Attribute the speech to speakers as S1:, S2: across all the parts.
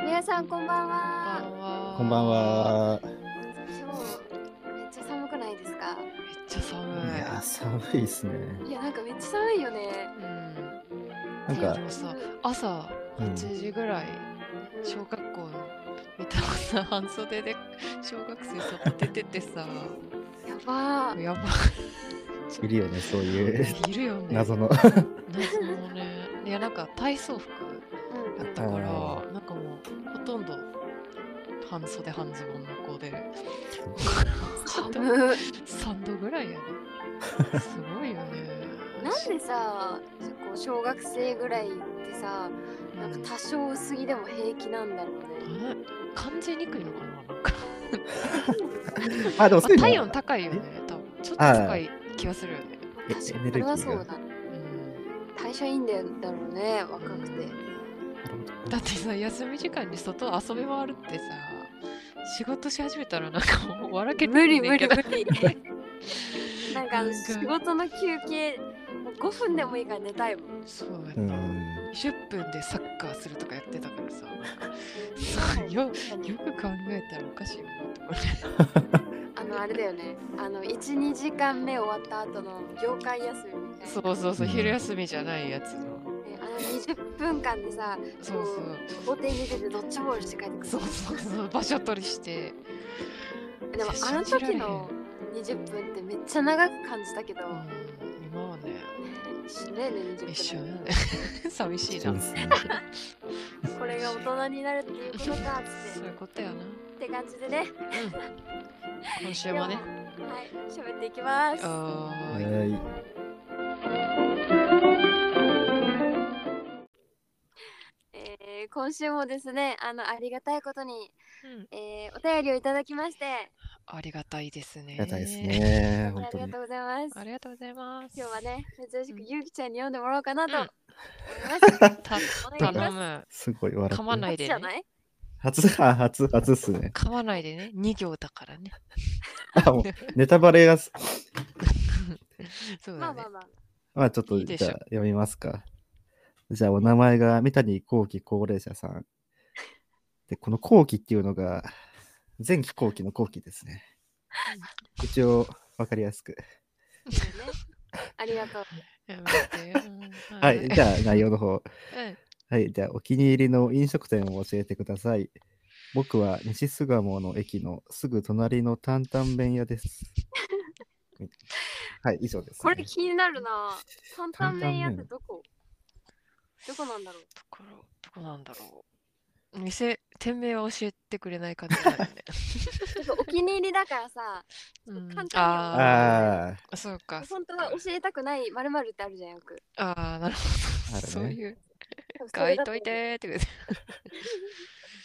S1: 皆さんこんばんは。
S2: こ
S3: こんばん。は。
S1: 今日めっちゃ寒くないですか。
S2: めっちゃ寒
S3: いや、寒いですね。
S1: いやなんかめっちゃ寒いよね。
S2: い。うん。
S3: なん
S2: いや
S3: か
S2: で、もさ、朝
S3: うん、
S2: 8時ぐらい、小学校の見たらさ、半袖で小学生さ、出てて さ、
S1: やばー。
S2: やば
S3: いるよね、そういう
S2: い。いるよね。
S3: 謎の。
S2: 謎のね。いや、なんか体操服だったから、
S3: あ
S2: なんかもう、ほとんど半袖半ズボンの子で、
S1: うん。寒い
S2: 3度ぐらいやね。すごいよね。
S1: なんでさ、こう小学生ぐらいってさ、なんか多少薄着でも平気なんだろうね。
S2: あ感じにくいのかななんか
S3: あ、でも、そういうの
S2: 体温高いよね多分ちょっと
S3: ああ
S2: 高い気がするよね
S1: まあ
S3: え
S1: 確か
S3: エ
S1: にそ
S3: ネル
S1: れ
S3: ギーが
S1: はそうだ。
S2: うん
S1: 代謝いいんだろうね、若くて。
S2: だってさ休み時間に外遊び回るってさ仕事し始めたらなんかもう笑 けて
S1: 無理
S2: く
S1: 無
S2: んね
S1: 理
S2: んけ
S1: 無
S2: ど
S1: 理。なんかあの仕事の休憩、もう5分でもいいから寝たいもん。
S2: そうやっ
S3: う
S2: た、
S3: ん。
S2: 10分でサッカーするとかやってたからさ
S1: そうだよ
S2: よよ
S1: 確かに
S2: く考えたらおかしいよねとかね
S1: あのあれだよね。あの一二時間目終わった後の業界休みみたいな。
S2: そうそうそう
S3: うん
S2: 昼休みじゃないやつの
S1: ねあの二十分間でさ、
S2: そうそう
S1: 校庭に出てドッジボールして帰ってくる。
S2: そうそうそう場所取りして
S1: でも
S2: いや
S1: あの
S2: 信じられ
S1: 時
S2: へん
S1: の二十分ってめっちゃ長く感じたけど、
S2: うん今はね
S1: 一緒だよね二十分。
S2: 一緒だね 寂しい
S3: そ
S2: な
S3: うですね
S1: これが大人になるっていうことかっつ
S2: そう
S1: っ
S2: いうことやな
S1: てって感じでね。
S2: 今週もね
S1: 今日もはい、喋っていきます。
S2: あー
S3: は
S1: えー、今週もですね、あのありがたいことに、えー、お便りをいただきまして、
S2: ありがたいですね
S3: い。ありがたいですね。
S1: 本
S3: 本
S1: 当
S3: 当
S1: にあり
S3: に
S1: が。とうございます
S2: あ。りがとうございます
S1: 今日はね、珍しく
S2: うん
S1: ゆうきちゃんに読んでもらおうかなと
S2: うん
S1: 思います。
S2: た
S1: お願いし
S2: 頼
S1: ます。
S2: む
S3: すごい笑ってる。
S2: 噛まない
S1: 初じゃない
S3: 初、あ、初、初っすね。
S2: 買わないでね2行だからね
S3: あ、もう、ネタバレがす、
S2: そう
S1: ま
S2: だ
S1: あ
S2: ね
S1: まあまあ。
S3: まあ、ちょっ
S2: い
S3: と、
S2: い
S3: じ
S2: でしょ
S3: ゃあ、読みますか。じゃあ、お名前が三谷幸喜高齢者さん。で、この幸喜っていうのが、前期後期の後期ですね。一応、わかりやすく。
S1: そうねありがとう。
S2: やめてうん
S3: はい、じゃあ、内容の方。
S2: うん
S3: はい、じゃあお気に入りの飲食店を教えてください。僕は西巣鴨の駅のすぐ隣の担々麺屋です。はい、以上です、
S1: これ気になるな。担々麺屋ってどこどこなんだろう
S2: ところどこなんだろう店店名は教えてくれない感じだよね、
S1: ちょっとお気に入りだからさ、
S2: うん
S1: 簡単に
S2: あ
S3: あ
S2: あそうか
S1: 本当は教えたくないまるってあるじゃんよく。
S2: ああなるほど、
S3: あるね
S2: そういう
S1: 多分そ
S2: 書
S1: れ
S2: い
S1: だ
S2: とい
S1: 思う。
S2: てーってくれて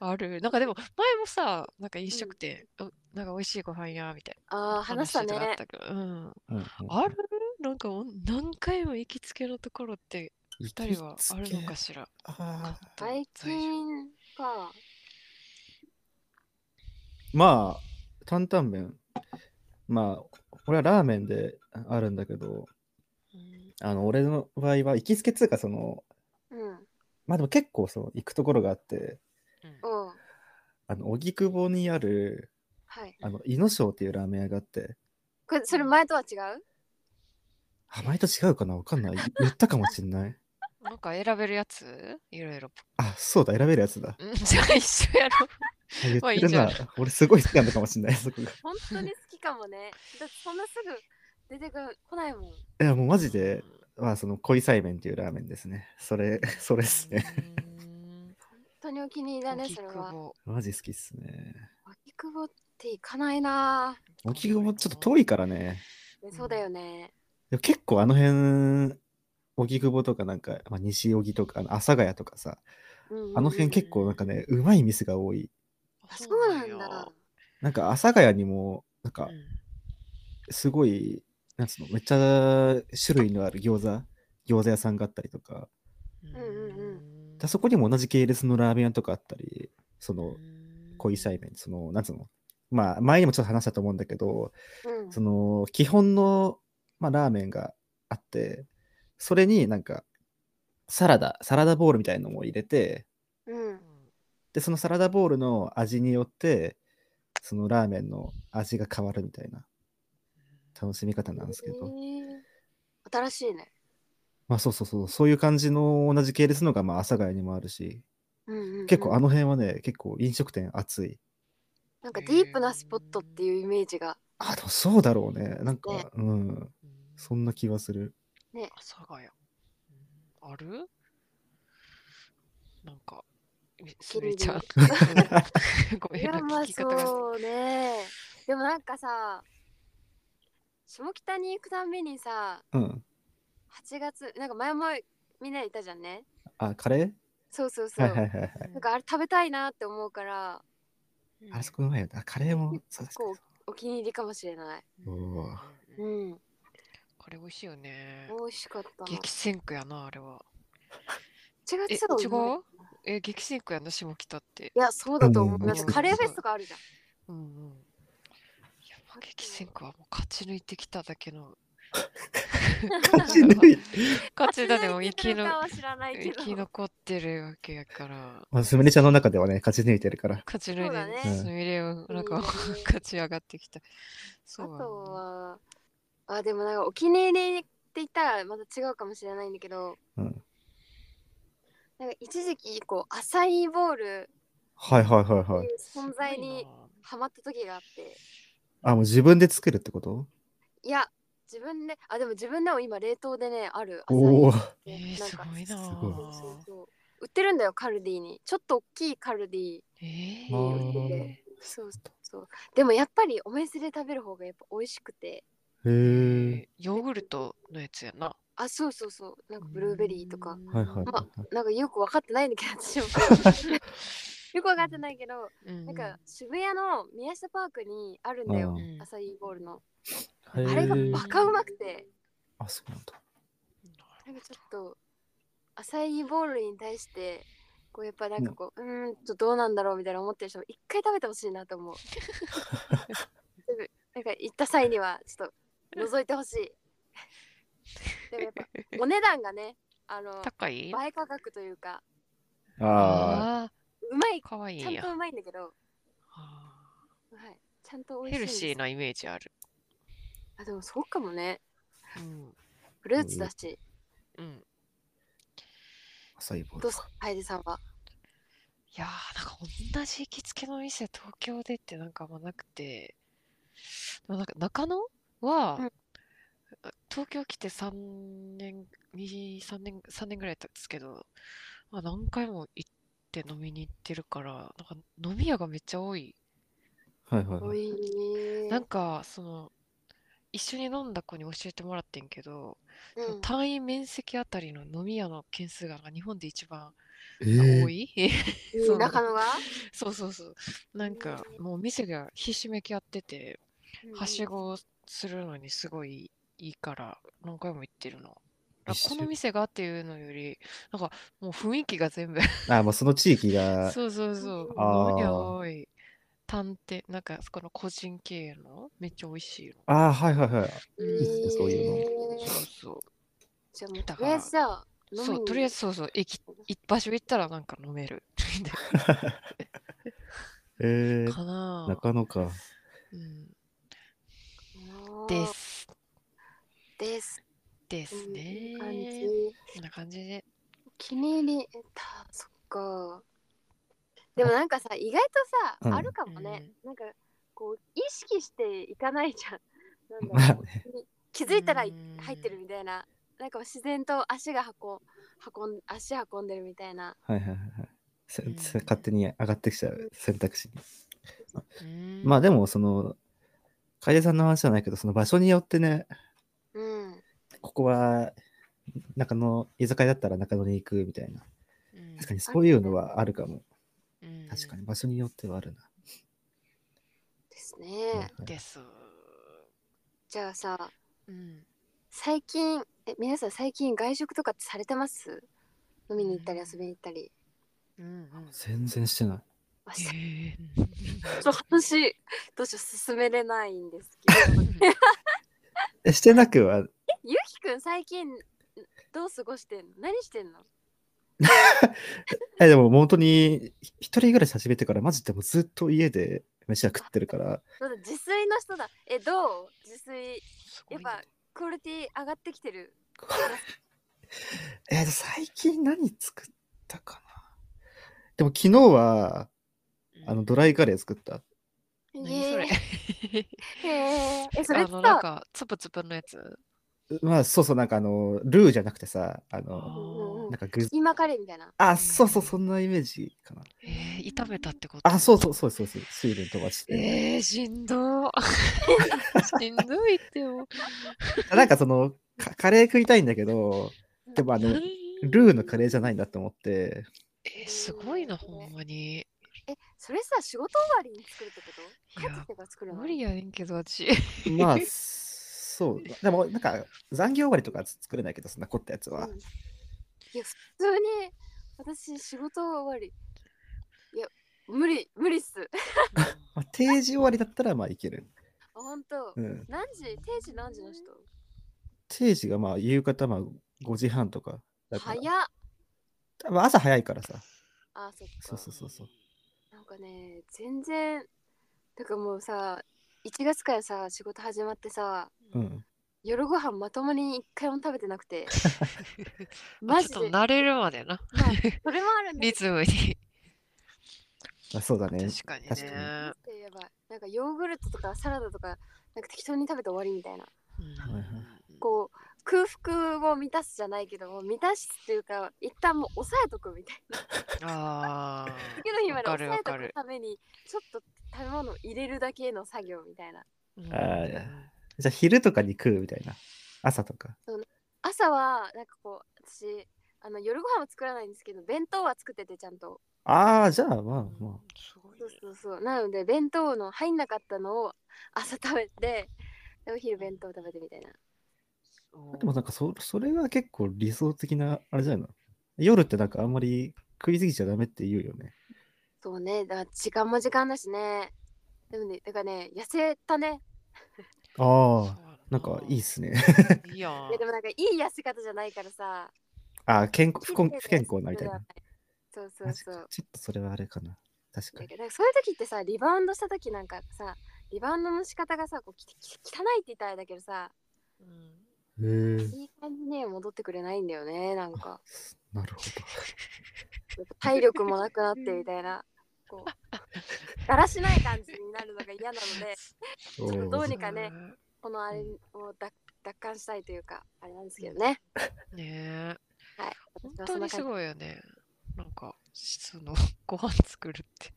S2: あるなんかでも前もさなんか飲食店、おなんか美味しいご飯やみたい
S1: ああ、
S2: な
S1: 話した
S2: とかあっ
S1: ね。
S2: たけど、うん、
S3: あ、うんうん
S2: あるなんかお何回も行きつけのところって2人はあるのかしら
S3: あー
S1: 最近か。
S3: まあ、担々麺。まあ、これはラーメンであるんだけど、
S2: うん
S3: あの、俺の場合は行きつけつうか、その、
S1: うん。
S3: まあでも結構その行くところがあって、
S2: うん
S1: おう
S3: あの、荻窪にある、
S1: はい。
S3: あの、井の庄っていうラーメン屋があって、
S1: これそれ前とは違う
S3: あ、前と違うかなわかんない。言ったかもしんない。
S2: なんか選べるやついろいろ
S3: あ、そうだ、選べるやつだ。
S2: うんじゃあ一緒やろ
S3: あ言
S2: まあ
S3: っ
S2: いい
S3: て
S2: ん
S3: る
S2: じゃ
S3: な。
S2: ない
S3: 俺すごい好きなのかもしれない、そこが。
S1: 本当に好きかもね。だってそんなすぐ出てここないもん。
S3: いや、もうマジで、まあ、その、恋菜麺っていうラーメンですね。それ、 それっすね。
S2: うん
S1: 本当にお気に入りだね、
S2: 荻
S1: それは。
S2: 窪
S3: マジ好きっすね。
S1: 荻窪って行かないな
S3: 沖窪もちょっと遠いからね。
S1: ぁねそうだよね。
S3: でも結構あの辺、荻窪とかなんか、まあ、西荻とか、あの阿佐ヶ谷とかさ、
S1: うんうんうん
S3: あの辺結構なんかね、うまい店が多い。
S2: あ
S1: あそうなんだ。
S3: なんか阿佐ヶ谷にも、なんか
S2: う、ん
S3: すごい、なんつうの、めっちゃ種類のある餃子、餃子屋さんがあったりとか、
S1: んうんう
S3: でそこにも同じ系列のラーメン屋とかあったり、その、恋
S2: さ
S3: 菜麺、その、なんつうの、まあ、前にもちょっと話したと思うんだけど、
S1: うん
S3: その、基本の、まあ、ラーメンがあって、それになんか、サラダ、サラダボウルみたいのも入れて、
S1: うん。
S3: で、そのサラダボウルの味によって、そのラーメンの味が変わるみたいな楽しみ方なんですけど、
S1: へえ新しいね。
S3: まあそうそうそう、そういう感じの同じ系列のが、まあ、阿佐ヶ谷にもあるし、
S1: うんうんうん
S3: 結構あの辺はね、結構飲食店熱い。
S1: なんかディープなスポットっていうイメージが。
S3: あ、でもそうだろうね。なん
S1: ね
S3: か、うん、そんな気はする。
S2: 阿佐ヶ谷。うんあるなんか、みすみ れちゃん。うんごめ
S1: い
S2: ん
S1: や
S2: な、
S1: まあ
S2: 聞き方が。
S1: そうね。でもなんかさ、下北に行くたんびにさ、
S3: うん。
S1: 8月、なんか前もみんなでいたじゃんね。
S3: あ、カレ
S1: そうそう
S3: ー
S1: そう。
S3: はいはいはいはい。
S1: なんかあれ食べたいなって思うから、
S2: うん
S3: あそこの前よね。あ、カレーも、そうで
S1: 結
S3: す
S1: 構お気に入りかもしれない。
S2: うんうんうんうん
S1: うん。
S2: これ美味しいよね
S1: 美。味しかったな。
S2: 激戦区やな、あれは。
S1: 違う
S2: え、違
S1: 違う。
S2: うえ、激戦区やな、下北って。
S1: いや、そうだと思う。
S3: うん
S1: なんかカレーフェスとかあるじゃん。
S2: うんうん。いや、もう激戦区はもう勝ち抜いてきただけの。
S3: 勝ち抜い
S2: 勝ちだでも生き
S1: るか
S2: の
S1: は知らないけ
S2: 生
S1: ど。
S2: き残ってるわけやから。
S3: まあ、すみれちゃんの中ではね、勝ち抜いてるから。
S2: 勝ち抜
S1: そうだ
S2: い
S1: ね
S2: て、すみれをなんか
S1: うん
S2: 勝ち上がってきた。そ
S1: あ
S2: う
S1: と
S2: やな
S1: は、あ、でもなんかお気に入りって言ったらまた違うかもしれないんだけど、
S3: うん
S1: なんか一時期こう、アサイーボール
S3: はいはいはい
S1: って
S3: はいい。
S1: う存在にハマった時があって、
S3: あ、もう自分で作るってこと
S1: いや、自分で、あ、でも自分でも今冷凍でね、あるアサイー
S3: おお
S1: っ
S3: ー。
S2: え
S1: て
S2: ー、
S1: なん
S2: す
S1: か
S2: ごいな
S3: す
S2: ぁ
S3: ごい
S1: そうそうそう売ってるんだよ、カルディに。ちょっと大きいカルディ。
S2: えー
S3: あー
S1: そうそうそう。でもやっぱりお店で食べる方がやっぱ美味しくて。
S3: へえ。
S2: えーヨーグルトのやつやな。
S1: あ、そうそうそう。なんかブルーベリーとか。
S3: はいはいはい
S1: ま
S3: はい。
S1: なんかよく分かってないんだけど、私も。 よく分かってないけど、
S2: うん。
S1: なんか渋谷の宮下パークにあるんだよ
S2: う、
S3: うん
S2: ん
S1: アサイーボールの。
S3: へー
S1: あれがバカうまくて、
S3: あ、そうなんだ。
S1: なんかちょっと、アサイーボールに対して、こうやっぱなんかこう、うーんとどうなんだろうみたいな思ってる人も一回食べてほしいなと 思う。すぐなんか行った際には、ちょっと覗いてほしい。でもやっぱ、お値段がね、あの、
S2: 高い
S1: 倍価格というか、
S3: あ
S2: あ
S1: うまい
S2: ー、、かわい
S1: ちゃ
S2: い
S1: ん
S2: や
S1: と。うまいんだけど、
S2: あ
S1: はい、ちゃんと
S2: ー
S1: 美味しい
S2: ヘルシー
S1: な
S2: なイメージある。
S1: あでもそうかもね
S2: うん。
S1: フルーツだし、
S2: うん。
S3: あ、細胞
S1: どう。す楓さんはい
S2: やー、なんか同じ行きつけの店、東京でってなんかあんまなくて、でもなんか中野は、
S1: うん
S2: 東京来て3年、2、3年、3年ぐらい経ったんですけど、まあ、何回も行って飲みに行ってるから、なんか飲み屋がめっちゃ多い。
S3: はいはい
S1: お
S3: はい。
S1: い
S2: なんか、その、一緒に飲んだ子に教えてもらってんけど、
S1: う
S2: その
S1: ん、
S2: 単位面積あたりの飲み屋の件数がなんか日本で一番
S3: え
S2: 多
S3: ー
S2: い。
S1: いい
S2: そう
S1: 中野が、
S2: そうそうそう。なんか
S1: うん
S2: もう店がひしめき合ってて、はしごをするのにすごいいいから、何回も行ってるの。あ
S3: 一緒
S2: この店がっていうのより、なんかもう雰囲気が全部。
S3: あ、まあその地域が。
S2: そうそうそう。
S3: あー
S2: 飲みが多い。探偵、なんかそこの個人経営のめっちゃ美味しいの。
S3: あー、はいはいはい。
S2: うん
S3: いいっすねそういうの
S1: へ
S2: そう
S1: ー
S2: そう。
S1: じゃあもう
S2: だ
S1: と
S2: か
S1: り
S2: ら
S1: あえずじゃあ飲み
S2: そう、
S1: に
S2: とりあえずそうそう。駅、一場所行ったらなんか飲める。 みたい
S3: え
S2: な
S3: ー、
S2: かなぁ
S3: 中野か。
S2: うん。
S1: あー
S2: です。
S1: です
S2: ですね。
S1: 感じ
S2: こんな感じで。
S1: お気に入りえたそっかでもなんかさ意外とさ、
S3: うん
S1: あるかもね、なんかこう意識していかないじゃんなんだろう
S3: まあね
S1: 気づいたら
S2: う
S1: い
S2: ん
S1: 入ってるみたいななんか自然と足が運ん運ん足運んでるみたいな
S3: はいはいはいはい。せ
S2: うん
S3: せ勝手に上がってきちゃう選択肢に。
S2: うん
S3: まあでも、その、楓さんの話じゃないけど、その場所によってね、
S1: うん
S3: ここは中野、居酒屋だったら中野に行くみたいな。
S2: うん
S3: 確かにそういうのはあるかも。
S2: うん
S3: 確かに場所によってはあるな。
S1: ですね
S3: はい
S2: です。
S1: じゃあさ
S2: うん。
S1: 最近え皆さん最近外食とかってされてます飲みに行ったり遊びに行ったり
S2: うんうん。
S3: 全然してない。
S1: あ
S2: え
S1: ち
S2: え
S1: ょっと話どうしよう進めれないんですけ ど
S3: え、してなくは、
S1: ゆうきくん最近どう過ごしてんの何してんの
S3: え、でも本当に、ひ一人暮らし始めてから、マジでもうずっと家で飯は食ってるから、
S1: そうだ自炊の人だ。え、どう自炊。
S2: すご
S1: やっ
S2: いな
S1: ぱクオリティ上がってきてる。
S3: えー最近何作ったかな。でも昨日は、あの、ドライカレー作った。
S1: え
S2: 何それ
S1: え え、それ
S2: あ
S1: って
S2: のなん
S1: さ、
S2: かつぶつぶのやつ
S3: まあ、そうそう、なんかあの、ルーじゃなくてさ、あ
S2: あ
S3: の、
S1: うんうん
S2: ー
S3: なんか具
S1: キーマカレーみたいな。
S3: あ、そうそう、そんなイメージかな。
S2: えー、炒めたってこと
S3: あ、そうそうそうそうそう、水分飛ばして。
S2: えー、しんどーしんどいってよ
S3: なんかその、かカレー食いたいんだけど、でもあの、ルーのカレーじゃないんだと思って、
S2: えー、すごいなほんまに
S1: え、それさ、仕事終わりに作るってこと
S2: い
S1: 帰っ
S2: や
S1: てきてから作るの
S2: 無理やねんけど私
S3: まあ、そう、でもなんか残業終わりとか作れないけど、そんな凝ったやつは
S1: うん。いや、普通に私仕事終わり。いや、無理、無理っす。
S3: まあ、定時終わりだったらまあいける。
S1: あほんと。
S3: うん。
S1: 何時定時何時の人
S3: 定時がまあ夕方まあ5時半とかだから。
S1: 早っ
S3: まあ朝早いからさ。
S1: あ、そっか。
S3: そうそうそうそう。
S1: なんかね、全然、だからもうさ、1月からさ、仕事始まってさ、
S3: うん。
S1: 夜ご飯まともに一回も食べてなくて、
S2: ま
S1: マ
S2: あ
S1: ジ
S2: ち
S1: で
S2: ょっと慣れるまでな
S1: まあそれもあるんだ
S2: リ
S1: けど
S2: ズムに
S3: まあ、そうだね。
S2: 確かに
S3: 確
S2: ね
S3: か
S1: やばいなんかヨーグルトとかサラダとか、なんか適当に食べて終わりみたいな。
S2: うん
S3: はいは
S1: こう、空腹を満たすじゃないけど、もう満たすっていうか、一旦もう抑えとくみたいな。
S2: ああ
S1: 次の日まで
S2: わかる
S1: 抑えと
S2: わか
S1: く
S2: る
S1: ために、ちょっと食べ物を入れるだけの作業みたいな。
S2: うん
S3: あーじゃあ昼とかに食うみたいな。朝とか。
S1: 朝は、なんかこう、私、あの夜ご飯は作らないんですけど、弁当は作っててちゃんと。
S3: ああ、じゃあまあ
S2: うん
S3: まあ。
S2: すごいね
S1: そうそうそうなので弁当の入んなかったのを朝食べてでお昼弁当食べてみたいな
S3: でもなんかそそれが結構理想的なあれじゃないの夜ってなんかあんまり食いすぎちゃダメって言うよね。
S1: そうねだから時間も時間だしねでもねだからね痩せたね
S3: ああ、
S2: そう
S3: なんかいいっすね。
S2: いいやん
S1: いやでもなんかいい痩せ方じゃないからさ
S3: ああ、健康不
S1: 綺麗
S3: 健
S1: な
S3: 不健康なみたい
S1: 痩
S3: な
S1: せ。方ではないそうそう
S3: 確か
S1: そ
S3: に
S1: う
S3: ちょっとそれはあれかな。確か
S1: だ
S3: に。
S1: けどそういう時ってさリバウンドした時なんかさリバウンドの仕方がさこうきき汚いって言ったらあれだけどさ
S2: うん
S3: へえ。
S1: いい感じに戻ってくれないんだよねなん か
S3: なるほど。
S1: やっぱ体力もなくなってみたいなこうだらしない感じになるのが嫌なの で
S3: お
S1: ちょっとどう
S3: ー
S1: にかねこのあれを奪奪還したいというか、あれなんですけどね。
S2: ねえ
S1: はい。
S2: 本当にす
S1: い。
S2: ごいよね。なんか、その、 ご飯作るって。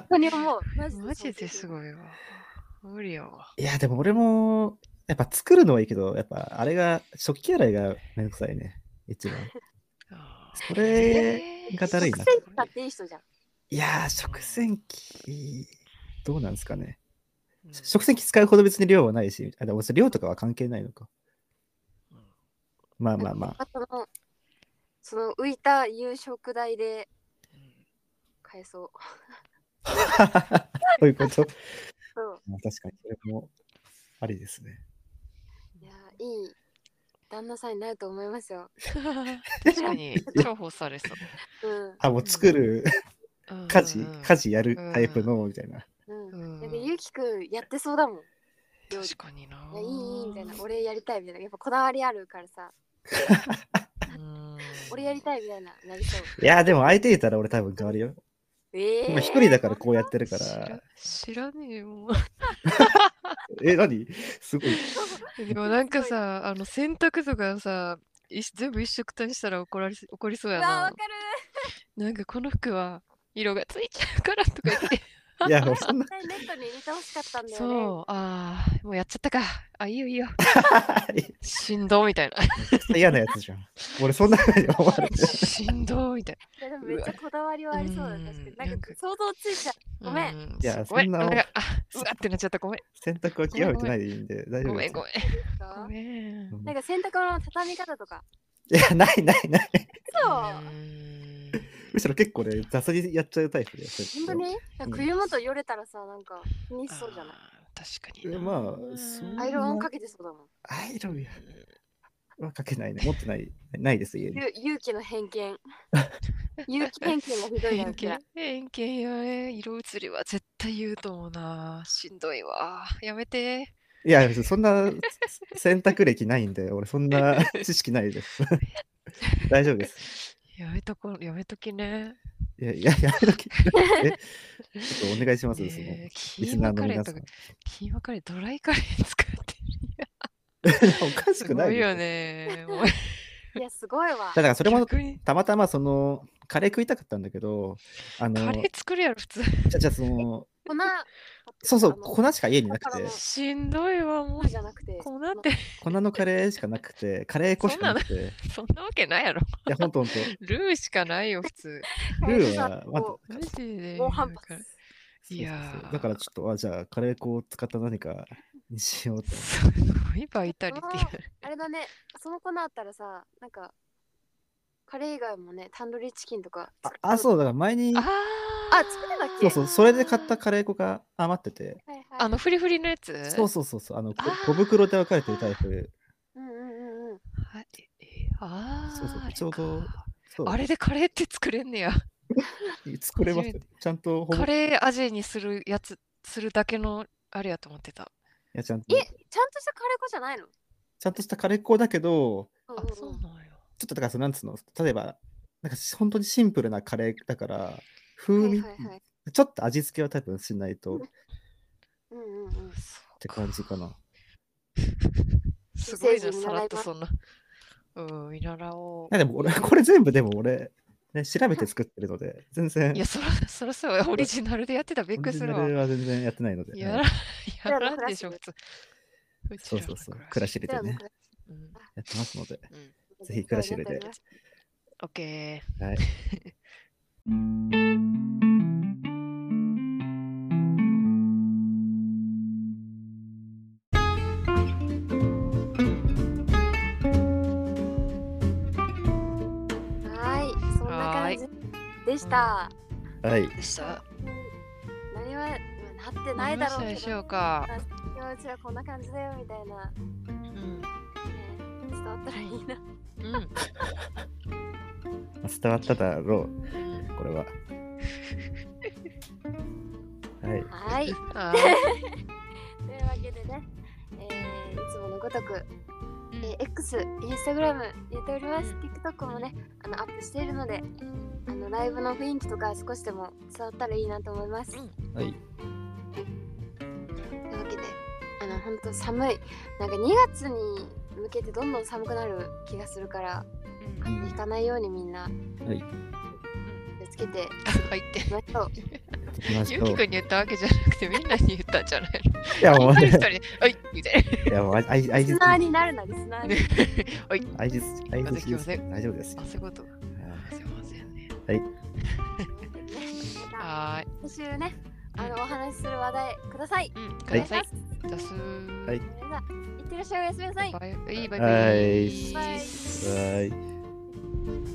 S1: 本当に思う。マジで
S2: マジです
S1: い。
S2: ごいわ。無理やわ。
S3: いや、でも俺も、やっぱ作るのはいいけど、やっぱあれが、食器洗いがめんどくさいね。一 番。
S2: あー
S3: それ、がだるいな
S1: 食洗機買っていい人じゃん。
S3: いやー、食洗機、どうなんですかね。
S2: うん
S3: 食洗機使うほど別に量はないし、あでもそれ量とかは関係ないのか。まあまあまあ。
S1: あとの、その浮いた夕食代で
S2: うん
S1: 買えそう。
S3: そういうこと。
S1: そ
S3: まあ確かに、それもありですね。
S1: う。いや、いい旦那さんになると思いますよ。
S2: 確か に、重宝されそう
S1: うん。
S3: あ、もう作る、
S2: うんうんうん。
S3: 家事、家事やるタイプの、みたいな。
S1: う。
S2: うんん。
S1: なんかゆうきくんやってそうだもん。料理
S2: 確かにな。
S1: いや、いい、いいみたいな。俺やりたいみたいな。やっぱこだわりあるからさ。
S2: うん
S1: 俺やりたいみたいな。なりそう。
S3: いや、でも相手いたら俺多分変わるよ。
S1: ええ
S3: 今一人だからこうやってるか
S2: 知ら
S3: ら。
S2: 知らねえよ。
S3: え、何すごい。
S2: でもなんかさ、あの洗濯とかさ、い全部一色単にしたら怒られ怒りそう
S1: う
S2: や
S1: わー、
S2: な
S1: わ。かる
S2: なんかこの服は色がついちゃうからとか 言って。
S3: いや、もうそんな
S1: 絶。対ネットに入れてほしかったんだよね。
S2: そう、ああ、もうやっちゃったか。あ、いいよいいよ。
S3: め
S2: しんどみた いな。
S3: っちゃ嫌なやつじゃん。俺そんな風に思われてる。
S2: しんどみたい
S1: いやでもめっちゃこだわりはありそうだ
S2: うわ
S1: 確かに。なん
S2: なん
S1: か
S2: か
S1: 想像ついちゃう。
S2: な。
S1: ごめん。
S2: ん
S3: いや
S2: ごめん。
S3: そんな
S2: なんかあうわってなっちゃった。ごめん。
S3: 選択は極めてないでいいんで、大丈
S2: ご
S3: 夫
S2: め
S3: で
S2: ん
S3: す
S2: ごめん。ご
S1: か
S2: めん。
S3: う
S1: なんか洗濯物の畳み方とか。
S3: いや、ないないない。
S1: そう。
S2: うーん
S3: むしろ結構ね、雑にやっちゃうタイプで。
S1: 本当になんか冬元よれたらさ、なんか気にしそうじゃない
S2: あー確かに
S3: え
S2: な。
S3: まあそう
S1: アイロンかけてそうだもん。
S3: アイロンや。はかけないね。持ってない、ないです、家に。
S1: ゆ勇気の偏見。勇気偏見がひどいな
S2: 偏
S1: うちら
S2: 見。偏見よね。色移りは絶対言うと思うな。しんどいわ。やめて。
S3: いや、別にそんな選択歴ないんで、俺そんな 知識ないです。 大丈夫です。
S2: やめとこ、やめときね。
S3: いや、いや、やめとき。えちょっとお願いします、その
S2: ねえキ
S3: リス
S2: ー
S3: ナー
S2: マ
S3: の
S2: カレー
S3: 皆
S2: と
S3: さん
S2: か。、キーマカレー、ドライカレー使ってる。
S3: おかし
S2: す
S3: くな
S2: ご
S3: い
S2: い
S3: でしょ
S2: よね。もう
S1: いや、すごいわ
S3: だ。からそれも
S2: 逆に
S3: たまたまそのカレー食いたかったんだけど、あの、
S2: カレー作るやろ、普通。
S3: じゃじゃあその、
S1: 粉、
S3: そうそ
S1: あ
S3: う、
S1: の
S3: 粉しか家になく
S1: だか
S3: て
S1: ら、
S2: しんどいわ、もう
S1: 粉。じゃなくて、
S2: こうなって、
S3: 粉のカレーしかなくて、カレー粉しかなくて、い
S2: そんなわけないやろ。
S3: や、ほんと ほんと、
S2: ルーしかないよ、普通。
S1: 粉
S3: ルーは、まだ
S1: こ
S2: マジで。
S1: 猛反発。
S2: いや
S3: そうそうそう
S2: ー
S3: だからちょっと、あじゃあカレー粉を使った何かにしようと思って。
S2: すごいバイタリティある。
S1: あれだね、その粉あったらさ、なんか、カレー以外もね、タンドリーチキンとか。
S3: ああ、そう、だから前に
S2: あ、ー
S1: あ作れたっ
S3: そ
S1: け
S3: うそう、それで買ったカレー粉が余ってて、
S1: はいはい。
S2: あの、フリフリのやつ
S3: そうそうそうそう、あの、こ
S2: あー
S3: 小袋で分かれてるタイプ。
S1: うんうんうんうん。
S2: はいえあー
S3: そうそう
S2: あれ
S3: ちょうど
S2: か
S3: そう
S2: あれでカレーって作れんねや。
S3: 作れます
S2: 初
S3: よ
S2: め。
S3: ちゃんとほぼ、
S2: カ
S3: い
S2: レー味にするやつ、するだけのあれやと思ってた。
S3: やちゃんと
S1: え、ちゃんとしたカレー粉じゃないの
S3: ちゃんとしたカレー粉だけど、
S1: あ
S2: あ、そうなんや。
S3: ちょっとだからその、なんつうの、例えば、なんか本当にシンプルなカレーだから、風味、
S1: はいはいはい。
S3: ちょっと味付けは多分しないとっ
S1: うんうんうん。
S3: て感じかな。
S1: メッセージ見習いま
S2: すごいな、さらっ
S1: す
S2: とそんな。うん、見習お
S3: いやでも俺、これ全部でも俺、ね、調べて作ってるので、全然
S2: う。いや、、そら、そらそうや、オリジナルでやってたらびっくりする
S3: オリジ
S2: わ。
S3: ナルは全然やってないので。
S2: や
S3: は
S2: ら
S3: い、、
S2: やらんでしょ、普通。
S3: そうそうそう、暮ら
S2: し。
S3: し入
S1: じゃ
S3: れ
S1: あ
S3: てね、
S2: うん
S3: やってますので。
S2: うん
S3: ぜひクラシルで。
S2: オッケ
S3: はい。
S1: はい、そんな感じでした。
S3: はい
S2: ー。。でした。
S1: 何はなって
S2: な
S1: ないい
S2: だ
S1: だ
S2: ろ
S1: ろ
S2: う
S1: う
S2: で
S1: け
S2: しょう
S1: ど、
S2: か。
S1: 今うちはこんな感じだよみたいな、ね、
S2: うん。
S1: 伝わったらいいな。
S2: うん
S3: まあ伝わっただろ
S2: うん。
S3: う、これ は。はい。
S1: はい、という
S2: あー
S1: わけでね、えーいつものごとく、
S2: うん
S1: えー X、Instagram 入れております。TikTok もね、あのアップしているので、あのライブの雰囲気とか少しでも伝わったらいいなと思います。
S2: うん
S3: はい。
S1: というわけであの本当寒いなんか2月に向けてどんどん寒くなる気がするから
S2: うん
S1: 風邪ひかないようにみんな
S3: はい。
S1: 気をつけてい
S2: 入って。
S1: きましょう
S3: 行きまし
S2: ゆ
S3: ょ
S2: う
S3: う。
S2: きくんに言ったわけじゃなくて、みんなに言ったんじゃないの。
S3: いや、もう、
S2: 一
S3: ね
S2: 人、に、はい、みたいな。
S3: いや、もう、あい、あい、あい
S1: リスナーになるなリスナーに
S3: あいじつ、あい
S2: 風
S3: じつ
S2: 邪気をね
S3: 大丈夫ですよ
S2: あ、。そういうこと。
S3: はい
S2: すいませんね。
S1: ま
S2: はーい。
S1: た今週ねあのお話しする話題ください
S2: うん、く
S1: お願
S2: だ
S1: いし
S2: さい
S1: ま。
S2: だすー。
S3: はい
S1: すそれではいってらっしゃいおやすみなさい
S2: バイバイ。バイ
S3: は
S2: バ
S3: い
S2: イ。
S1: バイ
S3: はい。